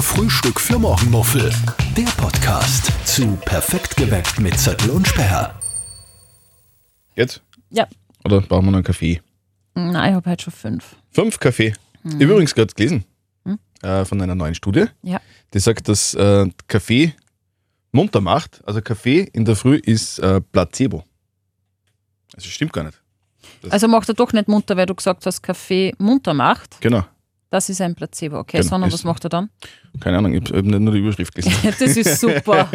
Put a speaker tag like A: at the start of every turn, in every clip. A: Frühstück für Morgenmuffel. Der Podcast zu Perfekt geweckt mit Zettel und Sperr.
B: Jetzt?
C: Ja.
B: Oder brauchen wir noch einen Kaffee?
C: Na, ich habe halt schon fünf.
B: Fünf Kaffee. Ich habe übrigens gerade gelesen äh, von einer neuen Studie,
C: Mhm. Hm? Ja.
B: die sagt, dass äh, Kaffee munter macht. Also Kaffee in der Früh ist äh, Placebo. Also stimmt gar nicht.
C: Also macht er doch nicht munter, weil du gesagt hast, Kaffee munter macht.
B: Genau.
C: Das ist ein Placebo, okay?
B: Genau,
C: Sondern
B: ist-
C: was macht er dann?
B: Keine Ahnung, ich habe nicht nur die Überschrift gelesen.
C: das ist super.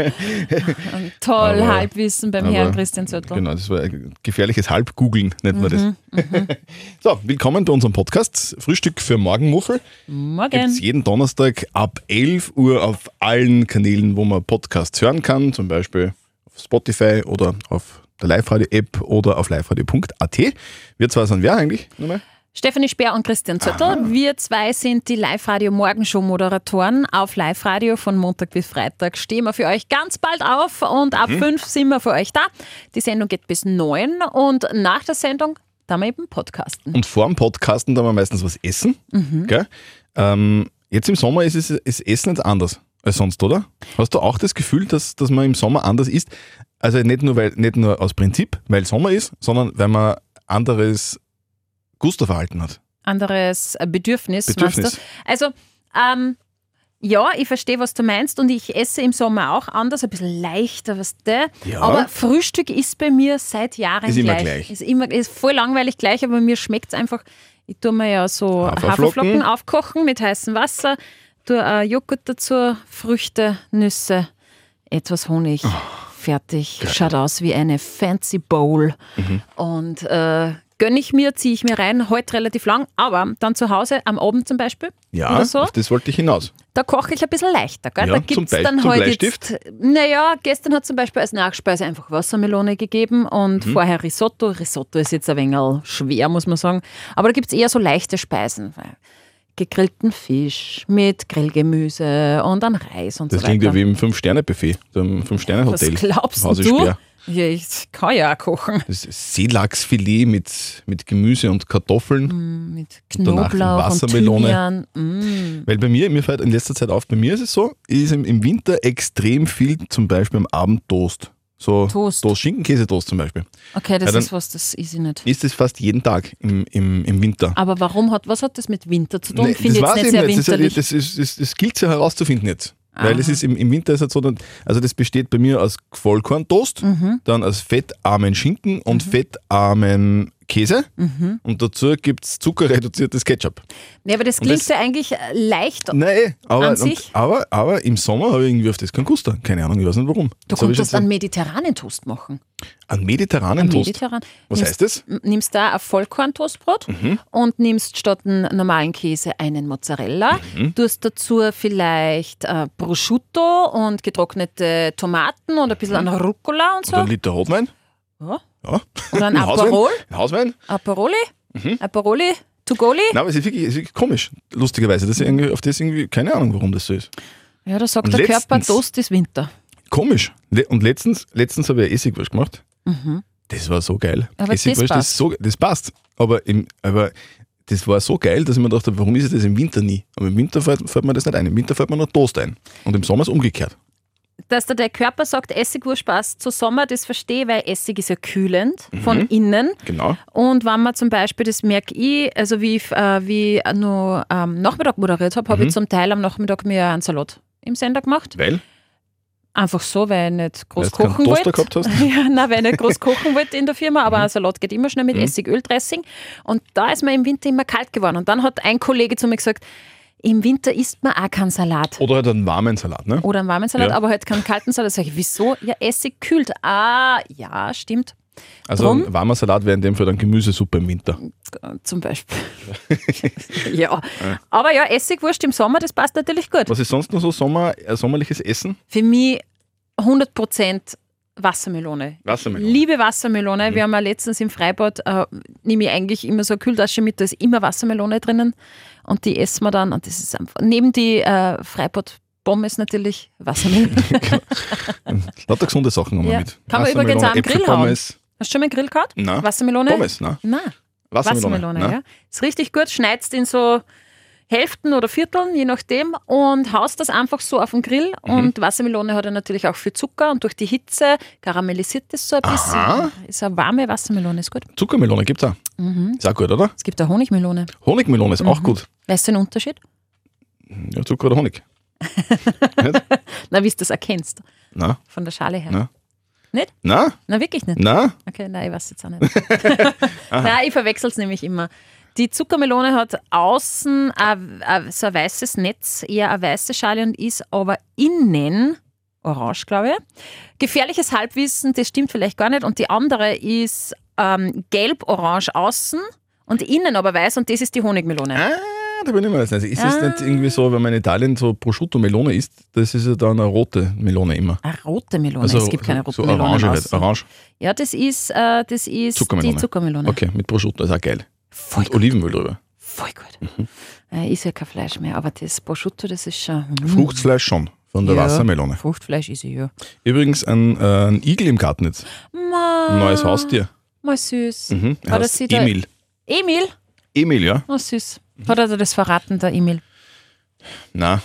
C: Toll,
B: Aber-
C: Halbwissen beim
B: aber-
C: Herrn Christian Zöttl.
B: Genau, das war ein gefährliches Halbgoogeln, nennt man
C: Mhm,
B: das. so, willkommen bei unserem Podcast. Frühstück für Morgenmuffel. Gibt es
C: Morgen.
B: jeden Donnerstag ab 11 Uhr auf allen Kanälen, wo man Podcasts hören kann, zum Beispiel auf Spotify oder auf der Live-Radio-App oder auf liveradio.at. Wir zwei sind wer eigentlich? Nochmal?
C: Stefanie Speer und Christian Zöttl. Wir zwei sind die Live-Radio-Morgenshow-Moderatoren. Auf Live-Radio von Montag bis Freitag stehen wir für euch ganz bald auf und
B: Mhm.
C: ab fünf sind wir für euch da. Die Sendung geht bis neun und nach der Sendung dann wir eben podcasten.
B: Und vor dem Podcasten da wir meistens was essen.
C: Mhm.
B: Gell? Ähm, jetzt im Sommer ist, es, ist Essen jetzt anders als sonst, oder? Hast du auch das Gefühl, dass, dass man im Sommer anders isst? Also nicht nur, weil, nicht nur aus Prinzip, weil Sommer ist, sondern weil man anderes Gusterverhalten hat.
C: Anderes äh, Bedürfnis,
B: Bedürfnis.
C: meinst du? Also, ähm, ja, ich verstehe, was du meinst und ich esse im Sommer auch anders, ein bisschen leichter, was weißt du?
B: Ja.
C: Aber Frühstück ist bei mir seit Jahren
B: Ist immer
C: gleich.
B: gleich.
C: Ist immer ist voll langweilig gleich, aber mir schmeckt es einfach. Ich tue mir ja so
B: Haferflocken.
C: Haferflocken, aufkochen mit heißem Wasser, tue äh, Joghurt dazu, Früchte, Nüsse, etwas Honig.
B: Oh.
C: Fertig. Schaut aus wie eine Fancy Bowl.
B: Mhm.
C: Und äh, gönne ich mir, ziehe ich mir rein, heute relativ lang, aber dann zu Hause am Abend zum Beispiel.
B: Ja,
C: oder so.
B: auf das wollte ich hinaus.
C: Da koche ich ein bisschen leichter. Gell?
B: Ja, zum
C: da gibt's
B: Blei-
C: dann
B: zum
C: heute
B: Bleistift?
C: jetzt. Naja, gestern hat zum Beispiel als Nachspeise einfach Wassermelone gegeben
B: Mhm.
C: und vorher Risotto. Risotto ist jetzt ein wenig schwer, muss man sagen. Aber da gibt es eher so leichte Speisen. Gegrillten Fisch mit Grillgemüse und dann Reis und
B: Das
C: so
B: klingt ja
C: weiter.
B: wie im Fünf-Sterne-Buffet, so im
C: Was
B: Fünf-Sterne-Hotel.
C: glaubst
B: Hause
C: du?
B: Speer.
C: Ja, ich kann ja auch kochen.
B: Das ist Seelachsfilet mit, mit Gemüse und Kartoffeln.
C: Mit
B: danach
C: Knoblauch und
B: Wassermelone.
C: Thymian. Mm.
B: Weil bei mir, mir fällt in letzter Zeit auf, bei mir ist es so, ist im, im Winter extrem viel zum Beispiel am Abend Toast. So
C: Toast.
B: Toast Schinkenkäse-Toast zum Beispiel.
C: Okay, das
B: Ja, dann-
C: ist was, das ist ich nicht.
B: Ist es fast jeden Tag im, im, im Winter.
C: Aber warum hat, was hat das mit Winter zu tun?
B: Nee,
C: ich finde
B: weiß
C: jetzt nicht
B: ich nicht.
C: sehr
B: Das, ist ja-
C: winterlich.
B: das, ist, das, das gilt es ja herauszufinden jetzt. Weil
C: Aha.
B: es ist im, im Winter ist halt so, dann, also das besteht bei mir aus Vollkorntoast,
C: Mhm.
B: dann aus fettarmen Schinken und fettarmen Käse
C: Mhm.
B: und dazu gibt es zuckerreduziertes Ketchup.
C: Ja, aber das
B: Und
C: klingt
B: das-
C: ja eigentlich äh, leicht.
B: Nein, eh, aber,
C: An
B: und-
C: sich?
B: aber, aber im Sommer habe ich irgendwie auf das keinen Guster. Keine Ahnung, ich weiß nicht warum.
C: Du
B: Jetzt habe ich
C: kannst das
B: schon
C: an mediterranen Toast machen.
B: so- an mediterranen
C: An
B: Toast.
C: mediterran.
B: Was
C: nimmst,
B: heißt das? Mhm.
C: m- Nimmst da ein Vollkorntoastbrot und nimmst statt einen normalen Käse einen Mozzarella,
B: Mhm.
C: tust dazu vielleicht äh, Prosciutto und getrocknete Tomaten und ein bisschen an Rucola und so.
B: Oder ein Liter Rotwein?
C: Ja.
B: Ja.
C: Oder ein
B: Hauswein?
C: Aperol.
B: Ein Hauswein?
C: Aperoli? Aperoli? Tugoli?
B: Nein, aber es ist wirklich, es ist wirklich komisch, lustigerweise. Dass ich irgendwie auf das irgendwie, keine Ahnung, warum das so ist.
C: Ja, da sagt
B: Und
C: der Körper,
B: letztens-
C: Toast ist Winter.
B: Komisch. Le und letztens, letztens habe ich eine Essigwurst gemacht. Das war so geil.
C: Mhm. Aber das
B: Essigwurst, das,
C: passt.
B: ist so, das passt. Aber, im, aber das war so geil, dass ich mir dachte, warum ist das im Winter nie? Aber im Winter fällt, fällt mir das nicht ein. Im Winter fällt mir nur Toast ein. Und im Sommer ist es umgekehrt.
C: dass da der Körper sagt, Essigwurst passt zu Sommer, das verstehe ich, weil Essig ist ja kühlend von innen.
B: Genau.
C: Und wenn man zum Beispiel, das merke ich, also wie ich, äh, wie ich nur am Nachmittag moderiert habe, habe ich zum Teil am Nachmittag mir einen Salat im Sender gemacht.
B: Weil?
C: Einfach so, weil ich nicht groß
B: Weil's keinen
C: kochen
B: Toaster
C: wollte.
B: gehabt hast? Mhm.
C: ja, nein, weil ich nicht groß kochen wollte in der Firma, aber ein Salat geht immer schnell mit Essig, Öldressing. Und da ist mir im Winter immer kalt geworden. Und dann hat ein Kollege zu mir gesagt, im Winter isst man auch keinen Salat.
B: Oder halt einen warmen Salat, ne?
C: Oder einen warmen Salat,
B: Ja.
C: aber halt keinen kalten Salat. Sag ich, wieso? Ja, Essig kühlt. Ah, ja, stimmt.
B: Also
C: Drum-
B: ein warmer Salat wäre in dem Fall dann Gemüsesuppe im Winter.
C: Äh, Zum Beispiel. ja. Aber ja, Essigwurst im Sommer, das passt natürlich gut.
B: Was ist sonst noch so Sommer, äh, sommerliches Essen?
C: Für mich 100% Wassermelone.
B: Wassermelone. Mhm.
C: Liebe Wassermelone. Wir haben ja letztens im Freibad, äh, nehme ich eigentlich immer so eine Kühltasche mit, da ist immer Wassermelone drinnen und die essen wir dann. Und das ist einfach, neben die äh, Freibad-Pommes natürlich Wassermelone.
B: Lauter gesunde Sachen haben wir
C: Ja.
B: mit.
C: Kann man
B: Wassermelone,
C: übrigens auch am Grill
B: Äpfelpommes.
C: Hast du schon mal Grill gehabt?
B: Nein.
C: Wassermelone?
B: Pommes, ne?
C: Nein.
B: Wassermelone.
C: Wassermelone, ja. Ist richtig gut, schneidest in so, Hälften oder Vierteln, je nachdem, und haust das einfach so auf den Grill.
B: Mhm.
C: Und Wassermelone hat ja natürlich auch viel Zucker und durch die Hitze karamellisiert das so ein bisschen.
B: Aha.
C: Ist eine warme Wassermelone, ist gut.
B: Zuckermelone gibt's auch.
C: Mhm.
B: Ist auch gut, oder?
C: Es gibt eine Honigmelone.
B: Honigmelone ist auch gut.
C: Weißt du den Unterschied?
B: Ja, Zucker oder Honig.
C: Na, wie du das erkennst,
B: Na,
C: von der Schale her.
B: Ja.
C: Nicht?
B: na,
C: Na, wirklich nicht.
B: na.
C: Okay, nein, ich weiß jetzt auch nicht. nein, ich verwechsel es nämlich immer. Die Zuckermelone hat außen ein, ein, so ein weißes Netz, eher eine weiße Schale und ist aber innen orange, glaube ich. Gefährliches Halbwissen, das stimmt vielleicht gar nicht. Und die andere ist ähm, gelb-orange außen und innen aber weiß und das ist die Honigmelone.
B: Ah, da bin ich mir jetzt nicht. sicher. Ist es
C: Ah.
B: nicht irgendwie so, wenn man in Italien so Prosciutto-Melone isst, das ist ja dann eine rote Melone immer.
C: Eine rote Melone, Oh es gibt keine rote
B: Also so
C: Melone.
B: Orange halt.
C: außen.
B: Orange.
C: Ja, das ist, äh, das ist
B: Zuckermelone.
C: die Zuckermelone.
B: Okay, mit Prosciutto ist auch geil.
C: Voll
B: Und Olivenöl drüber.
C: Voll gut.
B: Mhm.
C: Äh, ist ja kein Fleisch mehr, aber das Prosciutto, das ist schon. mm.
B: Fruchtfleisch schon. Von der
C: Ja.
B: Wassermelone.
C: Fruchtfleisch ist ja.
B: Übrigens ein, äh, ein Igel im Garten jetzt.
C: Ma,
B: Ein neues Haustier.
C: Mal süß.
B: Mhm. Er
C: War das
B: heißt
C: sie da-
B: Emil. Mhm.
C: Emil?
B: Emil, ja?
C: Oh, süß. Hat er dir das verraten, der Emil?
B: Nein,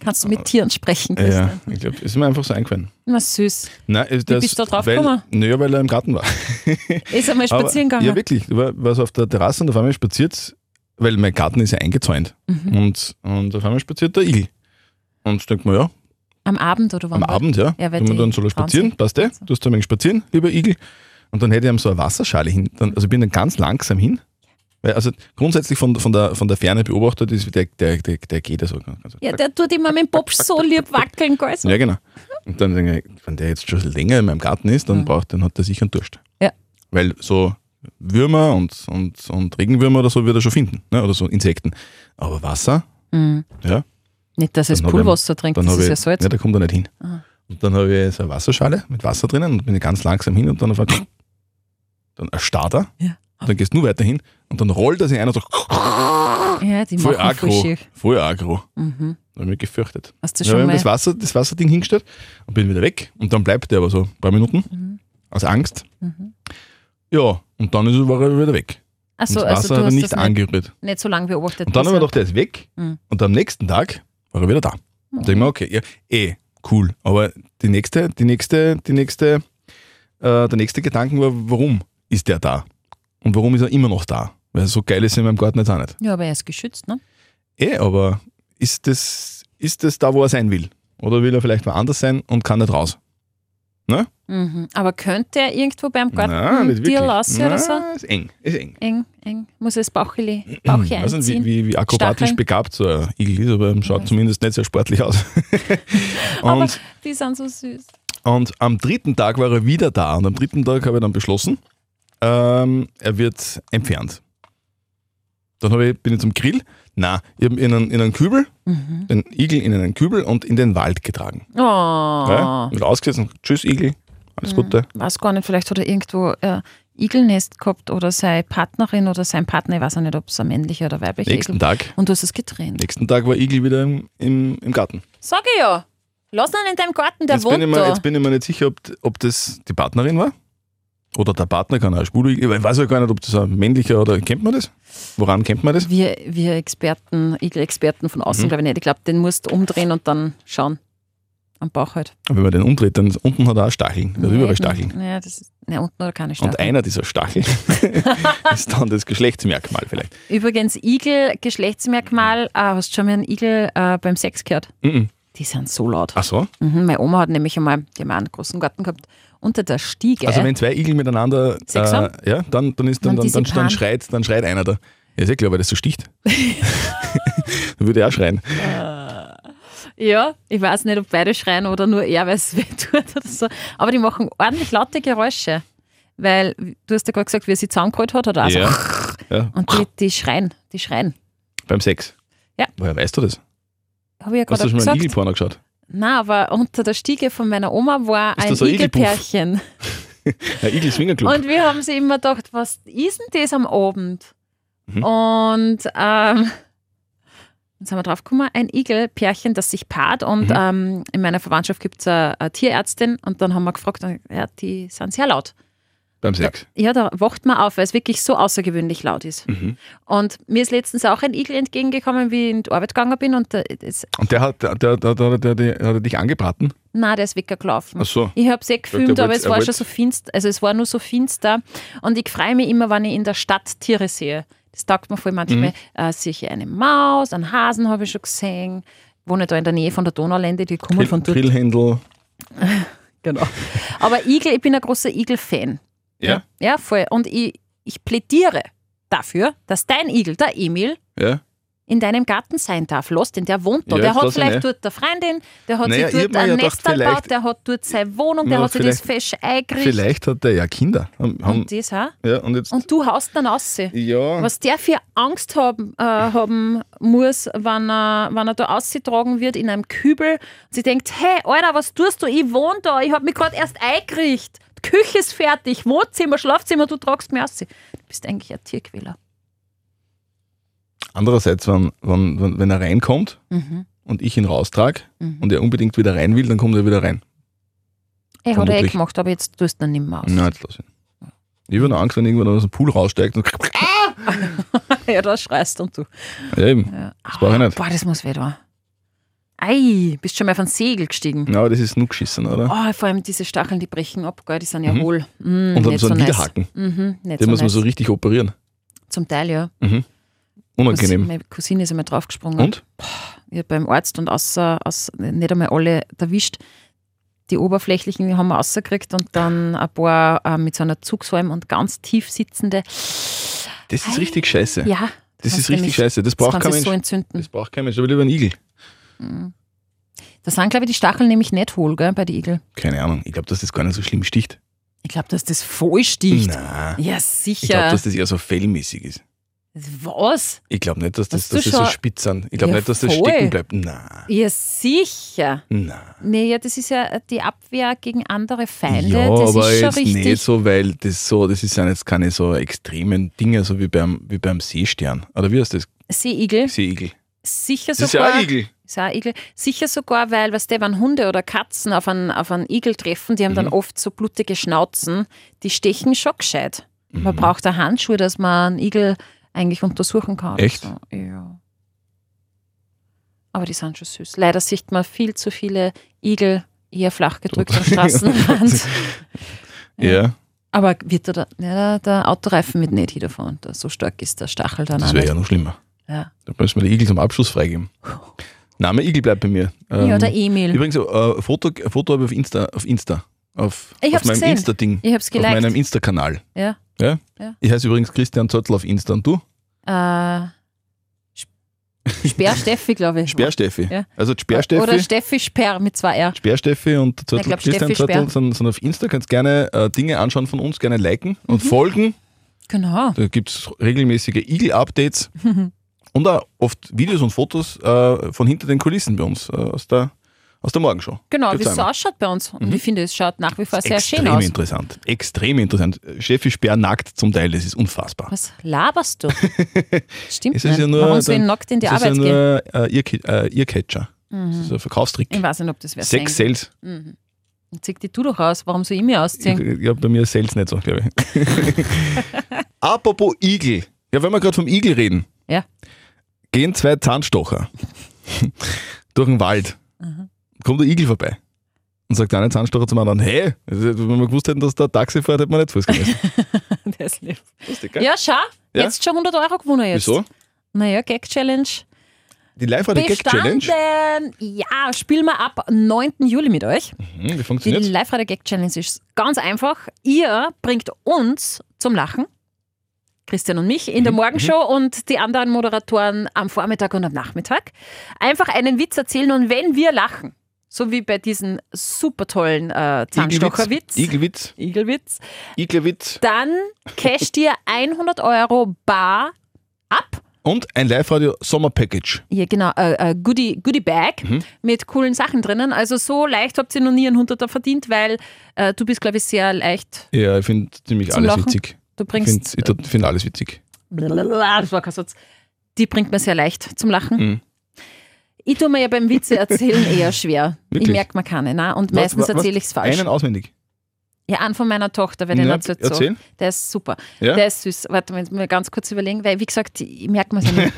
C: Kannst du mit Tieren sprechen?
B: äh,
C: Christian?
B: ja, ich glaube, ist mir einfach so eingefallen.
C: Na süß.
B: Nein, äh, das,
C: bist du da drauf
B: weil,
C: gekommen?
B: Naja, weil er im Garten war.
C: Ist einmal
B: Aber-
C: spazieren
B: Ja,
C: gegangen.
B: wirklich. Ich war, war so auf der Terrasse und auf einmal spaziert, weil mein Garten ist ja eingezäunt.
C: Mhm.
B: Und, und auf einmal spaziert der Igel. Und ich denke mir, ja,
C: Am Abend oder wann?
B: am Abend, ja,
C: Ja, weil
B: wenn man
C: die
B: dann soll er
C: trauen
B: spazieren,
C: sich.
B: passt eh, du hast einmal spazieren, lieber Igel. Und dann hätte ich ihm so eine Wasserschale hin. Dann, also ich bin dann ganz langsam hin. Weil, also grundsätzlich von, von, der, von der Ferne beobachtet ist, der, der, der, der geht ja so ganz, ganz
C: Ja, der tut immer mit dem Bob so lieb wackeln, gell? So.
B: Ja, genau. Und dann denke ich, wenn der jetzt schon länger in meinem Garten ist, dann braucht, dann hat er sicher einen Durst.
C: Mhm. Ja.
B: Weil so Würmer und, und, und Regenwürmer oder so wird er schon finden. Ne? Oder so Insekten. Aber Wasser, ja.
C: Mhm. Nicht, dass er das
B: hab ich-
C: Poolwasser trinkt,
B: dann
C: das
B: hab
C: ist
B: ich,
C: ja Salz.
B: Ja, da kommt er nicht hin. Und dann habe ich so eine Wasserschale mit Wasser drinnen und bin ich ganz langsam hin und dann auf einmal, dann erstarrt er.
C: Ja.
B: Und dann gehst du nur weiter hin und dann rollt er sich ein und sagt,
C: Ja, die
B: voll
C: machen voll
B: agro.
C: schier.
B: Voll agro.
C: Mhm.
B: Da habe ich mich gefürchtet.
C: Hast du
B: Ja, wir
C: schon
B: haben
C: mal.
B: das, Wasser, das Wasserding hingestellt und bin wieder weg. Und dann bleibt der aber so ein paar Minuten
C: Mhm.
B: aus Angst. Ja, und dann ist er, war er wieder weg. Und
C: Achso,
B: das Wasser
C: also
B: hat
C: du
B: er
C: hast
B: nicht
C: das nicht,
B: angerührt.
C: nicht so lange beobachtet.
B: Und dann haben wir
C: bisher.
B: gedacht, der ist weg.
C: Mhm.
B: Und am nächsten Tag war er wieder da. Und denke mir, okay, ja, eh, cool. Aber die nächste, die nächste, die nächste, äh, der nächste Gedanken war, warum ist der da? Und warum ist er immer noch da? Weil so geil ist er in meinem Garten jetzt auch nicht.
C: Ja, aber er ist geschützt, ne?
B: Eh, aber ist das, ist das da, wo er sein will? Oder will er vielleicht woanders sein und kann nicht raus?
C: Mhm. Aber könnte er irgendwo beim
B: Nein,
C: Garten
B: nicht
C: Tier
B: wirklich.
C: lassen oder so?
B: Nein, Ist eng, ist eng.
C: Eng, eng. Muss es Bauchli, Bauchi
B: Ich Hm, weiß nicht,
C: einziehen.
B: Also, wie, wie, wie akrobatisch
C: Stacheln.
B: begabt so ein Igel ist, aber schaut zumindest nicht sehr sportlich aus.
C: Aber
B: und,
C: die sind so süß.
B: und am dritten Tag war er wieder da und am dritten Tag habe ich dann beschlossen, ähm, er wird entfernt. Dann habe ich, bin ich zum Grill. Na, ich habe ihn in einen, in einen Kübel,
C: Mhm.
B: den Igel in einen Kübel und in den Wald getragen.
C: Oh.
B: Ja, und rausgesetzt und tschüss Igel, alles
C: Mhm.
B: Gute.
C: Weiß gar nicht, vielleicht hat er irgendwo äh, Igelnest gehabt oder seine Partnerin oder sein Partner. Ich weiß auch nicht, ob es ein männlicher oder weiblicher
B: Nächsten
C: Igel
B: Tag,
C: Und du hast es getrennt.
B: nächsten Tag war Igel wieder im, im, im Garten.
C: Sag ich ja. Lass ihn in deinem Garten, der
B: jetzt, bin
C: wohnt
B: ich mir,
C: da.
B: jetzt bin ich mir nicht sicher, ob, ob das die Partnerin war. Oder der Partner kann auch ein Schwuler. Ich weiß ja gar nicht, ob das ein männlicher oder. Kennt man das? Woran kennt man das?
C: wir, wir Experten, Igel-Experten von
B: Mhm.
C: außen, glaube ich nicht. Ich glaube, den musst du umdrehen und dann schauen. Am Bauch halt.
B: Wenn man den umdreht, dann unten hat er auch Stacheln. Da hat überall Stacheln.
C: Ja, das ist, ne, unten oder keine genau. Stacheln.
B: Und einer dieser Stacheln ist dann das Geschlechtsmerkmal vielleicht.
C: Übrigens, Igel, Geschlechtsmerkmal, äh, hast du schon mal einen Igel äh, beim Sex gehört?
B: Mhm.
C: Die sind so laut.
B: Ach so?
C: Mhm, meine Oma hat nämlich einmal, die haben auch einen großen Garten gehabt, unter der Stiege.
B: Also wenn zwei Igel miteinander.
C: Sex haben?
B: Äh, ja, dann, dann, ist, dann,
C: Dann
B: dann,
C: diese
B: dann, dann,
C: Pan-
B: schreit, dann schreit einer da. Ja, ist ja klar, weil das so sticht. dann würde er auch schreien.
C: ja, ich weiß nicht, ob beide schreien oder nur er, weil es weh tut oder so. Aber die machen ordentlich laute Geräusche. Weil du hast ja gerade gesagt, wie er sie zusammengeholt hat, oder auch so.
B: Ja. ja.
C: Und die, die schreien, die schreien.
B: Beim Sex.
C: Ja.
B: Woher weißt du das?
C: Habe ich
B: Hast
C: ja gerade
B: du schon
C: auch
B: mal einen
C: gesagt.
B: Igelporno geschaut?
C: Nein, aber unter der Stiege von meiner Oma war
B: Ist
C: ein
B: das ein Igelpuff?
C: Igelpärchen.
B: Ein Igel-Swingerclub.
C: Und wir haben sie immer gedacht, was ist denn das am Abend? Und ähm, jetzt haben wir drauf gekommen, ein Igel-Pärchen, das sich paart. Und ähm, in meiner Verwandtschaft gibt es eine, eine Tierärztin. Und dann haben wir gefragt, und, ja, die sind sehr laut.
B: beim Sex.
C: Ja, da wacht man auf, weil es wirklich so außergewöhnlich laut ist.
B: Mhm.
C: Und mir ist letztens auch ein Igel entgegengekommen, wie ich in die Arbeit gegangen bin und da ist,
B: Und der hat, der, der, der, der, der, der hat er dich angebraten?
C: nein, der ist weggelaufen.
B: Ach so.
C: Ich habe es eh gefilmt,
B: der
C: aber
B: wollte-
C: es
B: er
C: war
B: wollte-
C: schon so finster, also es war nur so finster und ich freue mich immer, wenn ich in der Stadt Tiere sehe. Das taugt mir voll manchmal.
B: Mhm.
C: Äh, sehe ich eine Maus, einen Hasen habe ich schon gesehen, wohne da in der Nähe von der Donaulände, die kommen
B: Grill,
C: von dort.
B: Grillhändel.
C: Genau. Aber Igel, ich bin ein großer Igel-Fan.
B: Ja?
C: Ja, voll. Und ich, ich plädiere dafür, dass dein Igel, der Emil,
B: Ja.
C: in deinem Garten sein darf. Lass den, der wohnt da.
B: Ja,
C: der
B: jetzt
C: hat
B: lass ihn,
C: vielleicht
B: ja.
C: dort eine Freundin, der hat
B: Naja,
C: sich
B: ich hab
C: dort
B: mir
C: ein
B: ja
C: Nest
B: gedacht,
C: gebaut,
B: vielleicht-
C: der hat dort seine Wohnung, der
B: Na,
C: hat sich das
B: vielleicht-
C: fesch eingerichtet.
B: Vielleicht hat er ja Kinder. Haben, haben,
C: Und das auch.
B: ja, und jetzt.
C: Und du haust dann raus.
B: ja.
C: Was der für Angst haben, äh, haben muss, wenn er, wenn er da ausgetragen wird in einem Kübel und sie denkt, hey, Alter, was tust du? Ich wohne da, ich habe mich gerade erst eingerichtet. Die Küche ist fertig, Wohnzimmer, Schlafzimmer, du tragst mich aus. Du bist eigentlich ein Tierquäler.
B: Andererseits, wenn, wenn, wenn, wenn er reinkommt
C: Mhm.
B: und ich ihn raustrage und er unbedingt wieder rein will, dann kommt er wieder rein.
C: Er hat er eh
B: Vermutlich.
C: gemacht, aber jetzt tust du ihn nicht mehr aus.
B: Nein, jetzt lass ihn. Ich habe nur Angst, wenn irgendwann aus dem Pool raussteigt und.
C: ja, da schreist und du.
B: Ja, eben. Das brauche ich nicht.
C: Boah, das muss weh tun. Ei, bist schon mal auf ein Segel gestiegen.
B: Na, aber das ist Nuckschissen, oder?
C: Oh, vor allem diese Stacheln, die brechen ab, gell, die sind ja hohl. Mm,
B: Mhm. und dann
C: nicht
B: so einen
C: nice.
B: Widerhaken.
C: Mhm, nicht
B: Den
C: so
B: muss man
C: nice.
B: so richtig operieren.
C: Zum Teil, ja. Cousin-
B: Unangenehm.
C: Meine Cousine ist einmal draufgesprungen.
B: Und?
C: Ja, beim Arzt und außer, außer, nicht einmal alle erwischt. Die oberflächlichen haben wir rausgekriegt und dann ein paar äh, mit so einer Zugsäume und ganz tief sitzende.
B: Das ist richtig scheiße.
C: Ah, Ja.
B: Das ist
C: kannst du
B: richtig
C: nicht-
B: scheiße. Das braucht
C: kann
B: kein
C: sich so
B: Mensch.
C: entzünden.
B: Mhm. Das braucht kein Mensch. Aber lieber ein Igel.
C: Da sind, glaube ich, die Stacheln nämlich nicht hohl, gell, bei den Igel.
B: Keine Ahnung. Ich glaube, dass das gar nicht so schlimm sticht.
C: Ich glaube, dass das voll sticht.
B: Nein. Ich
C: Ja,
B: glaube,
C: sicher.
B: dass das eher so fellmäßig ist.
C: Was?
B: Ich glaube nicht, dass das,
C: Hast du
B: dass das so
C: schon-
B: spitz sind. Ich glaube
C: Ja,
B: nicht, dass das
C: voll.
B: stecken bleibt. Nein.
C: Ja, sicher.
B: Nein.
C: Nee, ja, das ist ja die Abwehr gegen andere Feinde.
B: Ja,
C: das
B: aber
C: ist schon
B: jetzt
C: richtig.
B: nicht so, weil das so, das sind jetzt keine so extremen Dinge, so wie beim, wie beim Seestern. Oder wie heißt das?
C: Seeigel.
B: Seeigel.
C: Sicher
B: Das ist ja
C: sogar.
B: ein Igel.
C: Ist auch ein Igel. Sicher sogar, weil, was der, wenn Hunde oder Katzen auf einen, auf einen Igel treffen, die haben
B: Mhm.
C: dann oft so blutige Schnauzen, die stechen schon gescheit.
B: Mhm.
C: Man braucht eine Handschuhe, dass man einen Igel eigentlich untersuchen kann.
B: Echt?
C: So, ja. Aber die sind schon süß. Leider sieht man viel zu viele Igel eher flach gedrückt am Straßenrand.
B: Ja.
C: Aber wird da, der- ja, der Autoreifen mit nicht hinterfahren. Da- So stark ist der Stachel dann
B: Das
C: auch
B: wäre
C: nicht.
B: ja noch schlimmer.
C: Ja.
B: Da müssen wir den Igel zum Abschluss freigeben. Name Igel bleibt bei mir.
C: ja,
B: Ähm,
C: der Emil.
B: Übrigens, äh, Foto, Foto habe ich auf Insta. Auf, Insta, auf,
C: Ich
B: auf
C: hab's
B: meinem
C: gesehen.
B: Insta-Ding.
C: Ich hab's
B: Auf
C: geliked.
B: meinem E- Insta-Kanal.
C: Ja.
B: Ja?
C: Ja.
B: Ich heiße übrigens Christian Zottel auf Insta und du?
C: Äh, Sperr Steffi, glaube ich.
B: Sperrsteffi.
C: Ja.
B: Also Sperrsteffi.
C: Oder Steffi Sperr mit zwei R.
B: Sperrsteffi und Zörtl,
C: Ich glaub,
B: Christian
C: Steffi
B: Zörtl
C: Sperr.
B: sind, sind auf Insta, kannst gerne äh, Dinge anschauen von uns, gerne liken und
C: Mhm.
B: folgen.
C: Genau.
B: Da gibt es regelmäßige Igel-Updates
C: Mhm.
B: und auch oft Videos und Fotos äh, von hinter den Kulissen bei uns äh, aus, der, aus der Morgenshow.
C: Genau, wie
B: Gibt's
C: es so
B: einmal.
C: ausschaut bei uns. Und ich finde, es schaut nach wie vor sehr schön
B: Mhm. Extrem
C: aus.
B: interessant. Extrem interessant. Steffi Sperr nackt zum Teil, das ist unfassbar.
C: Was laberst du? Stimmt
B: Es
C: nicht.
B: ist ja nur,
C: Warum soll ich
B: dann-
C: nackt in die Mhm.
B: es ist
C: Arbeit
B: ja
C: gehen?
B: nur, äh, ihr, Ki- äh, ihr Catcher. Das ist ein Verkaufstrick.
C: Ich weiß nicht, ob das wer
B: Sex
C: sehen.
B: Sales.
C: Zieh dich du doch aus. Warum soll ich mich
B: Ich,
C: ausziehen?
B: ja, bei mir ist Sales nicht so, glaube ich. Apropos Igel. Ja, wenn wir gerade vom Igel reden.
C: Ja.
B: Gehen zwei Zahnstocher durch den Wald.
C: Mhm.
B: Kommt der Igel vorbei. Und sagt der eine Zahnstocher zum anderen, hey, wenn wir gewusst hätten, dass der Taxi fährt, hätten wir nicht Fuß gemessen.
C: Der ist lieb.
B: Lustig, gell?
C: Ja, schau.
B: Ja?
C: Jetzt schon 100 Euro gewonnen jetzt.
B: Wieso?
C: Naja, Gag-Challenge.
B: Die live radio gag challenge
C: Bestanden. Ja, spielen wir ab 9. Juli mit euch.
B: Hm, Wie
C: Die
B: funktioniert
C: Live-Radio-Gag-Challenge ist ganz einfach. Ihr bringt uns zum Lachen, Christian und mich, in
B: Mhm.
C: der Morgenshow und die anderen Moderatoren am Vormittag und am Nachmittag. Einfach einen Witz erzählen und wenn wir lachen, so wie bei diesem super tollen äh, Zahnstocherwitz,
B: Igelwitz.
C: Igelwitz,
B: Igelwitz.
C: dann casht ihr 100 Euro bar ab.
B: Und ein Live-Radio-Sommer-Package.
C: Ja, genau, äh, äh, Goodie, Goodie Bag
B: Mhm.
C: mit coolen Sachen drinnen. Also so leicht habt ihr noch nie einen Hunderter verdient, weil äh, du bist, glaube ich, sehr leicht
B: Ja, ich finde ziemlich
C: Zum
B: alles
C: Lachen.
B: witzig.
C: Du
B: Ich
C: bringst.
B: finde find alles witzig.
C: Blablabla, Das war kein Satz. Die bringt man sehr leicht zum Lachen.
B: Mhm.
C: Ich tue mir ja beim Witze erzählen eher schwer.
B: Wirklich?
C: Ich merke mir keine. Nein. Und
B: Was-
C: meistens
B: was-
C: erzähle ich es falsch.
B: Einen auswendig.
C: Ja, einen von meiner Tochter, weil den
B: Ja,
C: erzählt so.
B: erzähl.
C: Der ist super.
B: Ja?
C: Der ist süß. Warte mal, jetzt muss ich mir ganz kurz überlegen, weil, wie gesagt, ich merke mir ja nicht.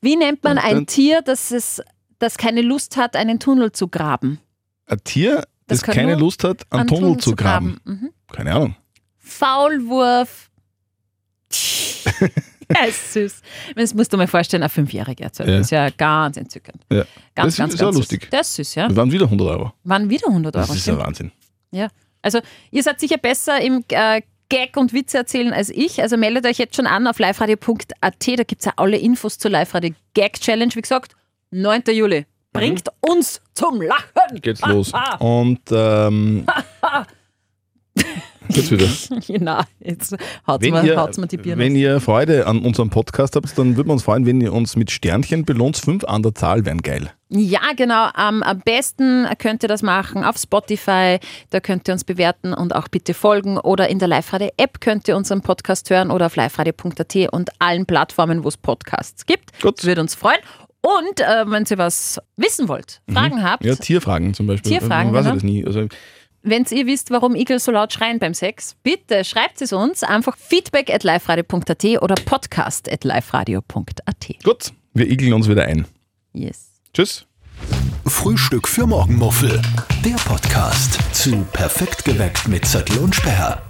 C: Wie nennt man
B: Und dann-
C: ein Tier, das, es, das keine Lust hat, einen Tunnel zu graben?
B: Ein Tier, das,
C: Das kann
B: keine
C: nur
B: Lust hat, einen,
C: Einen
B: Tunnel, zu graben.
C: Mhm.
B: Keine Ahnung.
C: Faulwurf. ja, ist süß. Das musst du mir vorstellen, ein Fünfjähriger erzählt.
B: Ja.
C: Das ist ja ganz entzückend.
B: Ja. Das
C: Ganz,
B: ist-
C: ganz,
B: ist
C: ganz
B: auch
C: süß.
B: lustig.
C: Der ist süß, ja.
B: Das waren wieder 100 Euro.
C: Waren wieder 100 Euro.
B: Das ist ja
C: stimmt.
B: Wahnsinn.
C: Ja. Also ihr seid sicher besser im äh, Gag und Witze erzählen als ich. Also meldet euch jetzt schon an auf liveradio.at. Da gibt es ja alle Infos zur Live-Radio Gag Challenge. Wie gesagt, 9. Juli. Bringt
B: Mhm.
C: uns zum Lachen.
B: Geht's los. Und ähm, geht's wieder.
C: genau, jetzt haut
B: Wenn
C: mir,
B: ihr,
C: haut's mir die Birne.
B: wenn ihr Freude an unserem Podcast habt, dann würden wir uns freuen, wenn ihr uns mit Sternchen belohnt. Fünf an der Zahl wären geil.
C: Ja, genau. Am am besten könnt ihr das machen auf Spotify. Da könnt ihr uns bewerten und auch bitte folgen. Oder in der Live-Radio-App könnt ihr unseren Podcast hören oder auf liveradio.at und allen Plattformen, wo es Podcasts gibt.
B: Gut.
C: Würde uns freuen. Und äh, wenn ihr was wissen wollt, Fragen habt,
B: Mhm. Ja, Tierfragen zum Beispiel.
C: Tierfragen,
B: Man weiß ja
C: genau.
B: das nie. Also,
C: wenn ihr wisst, warum Igel so laut schreien beim Sex, bitte schreibt es uns. Einfach feedback at liveradio.at oder podcast at liveradio.at.
B: gut, wir igeln uns wieder ein.
C: Yes.
B: Tschüss.
A: Frühstück für Morgenmuffel. Der Podcast zu Perfekt geweckt mit Zettel und Sperr.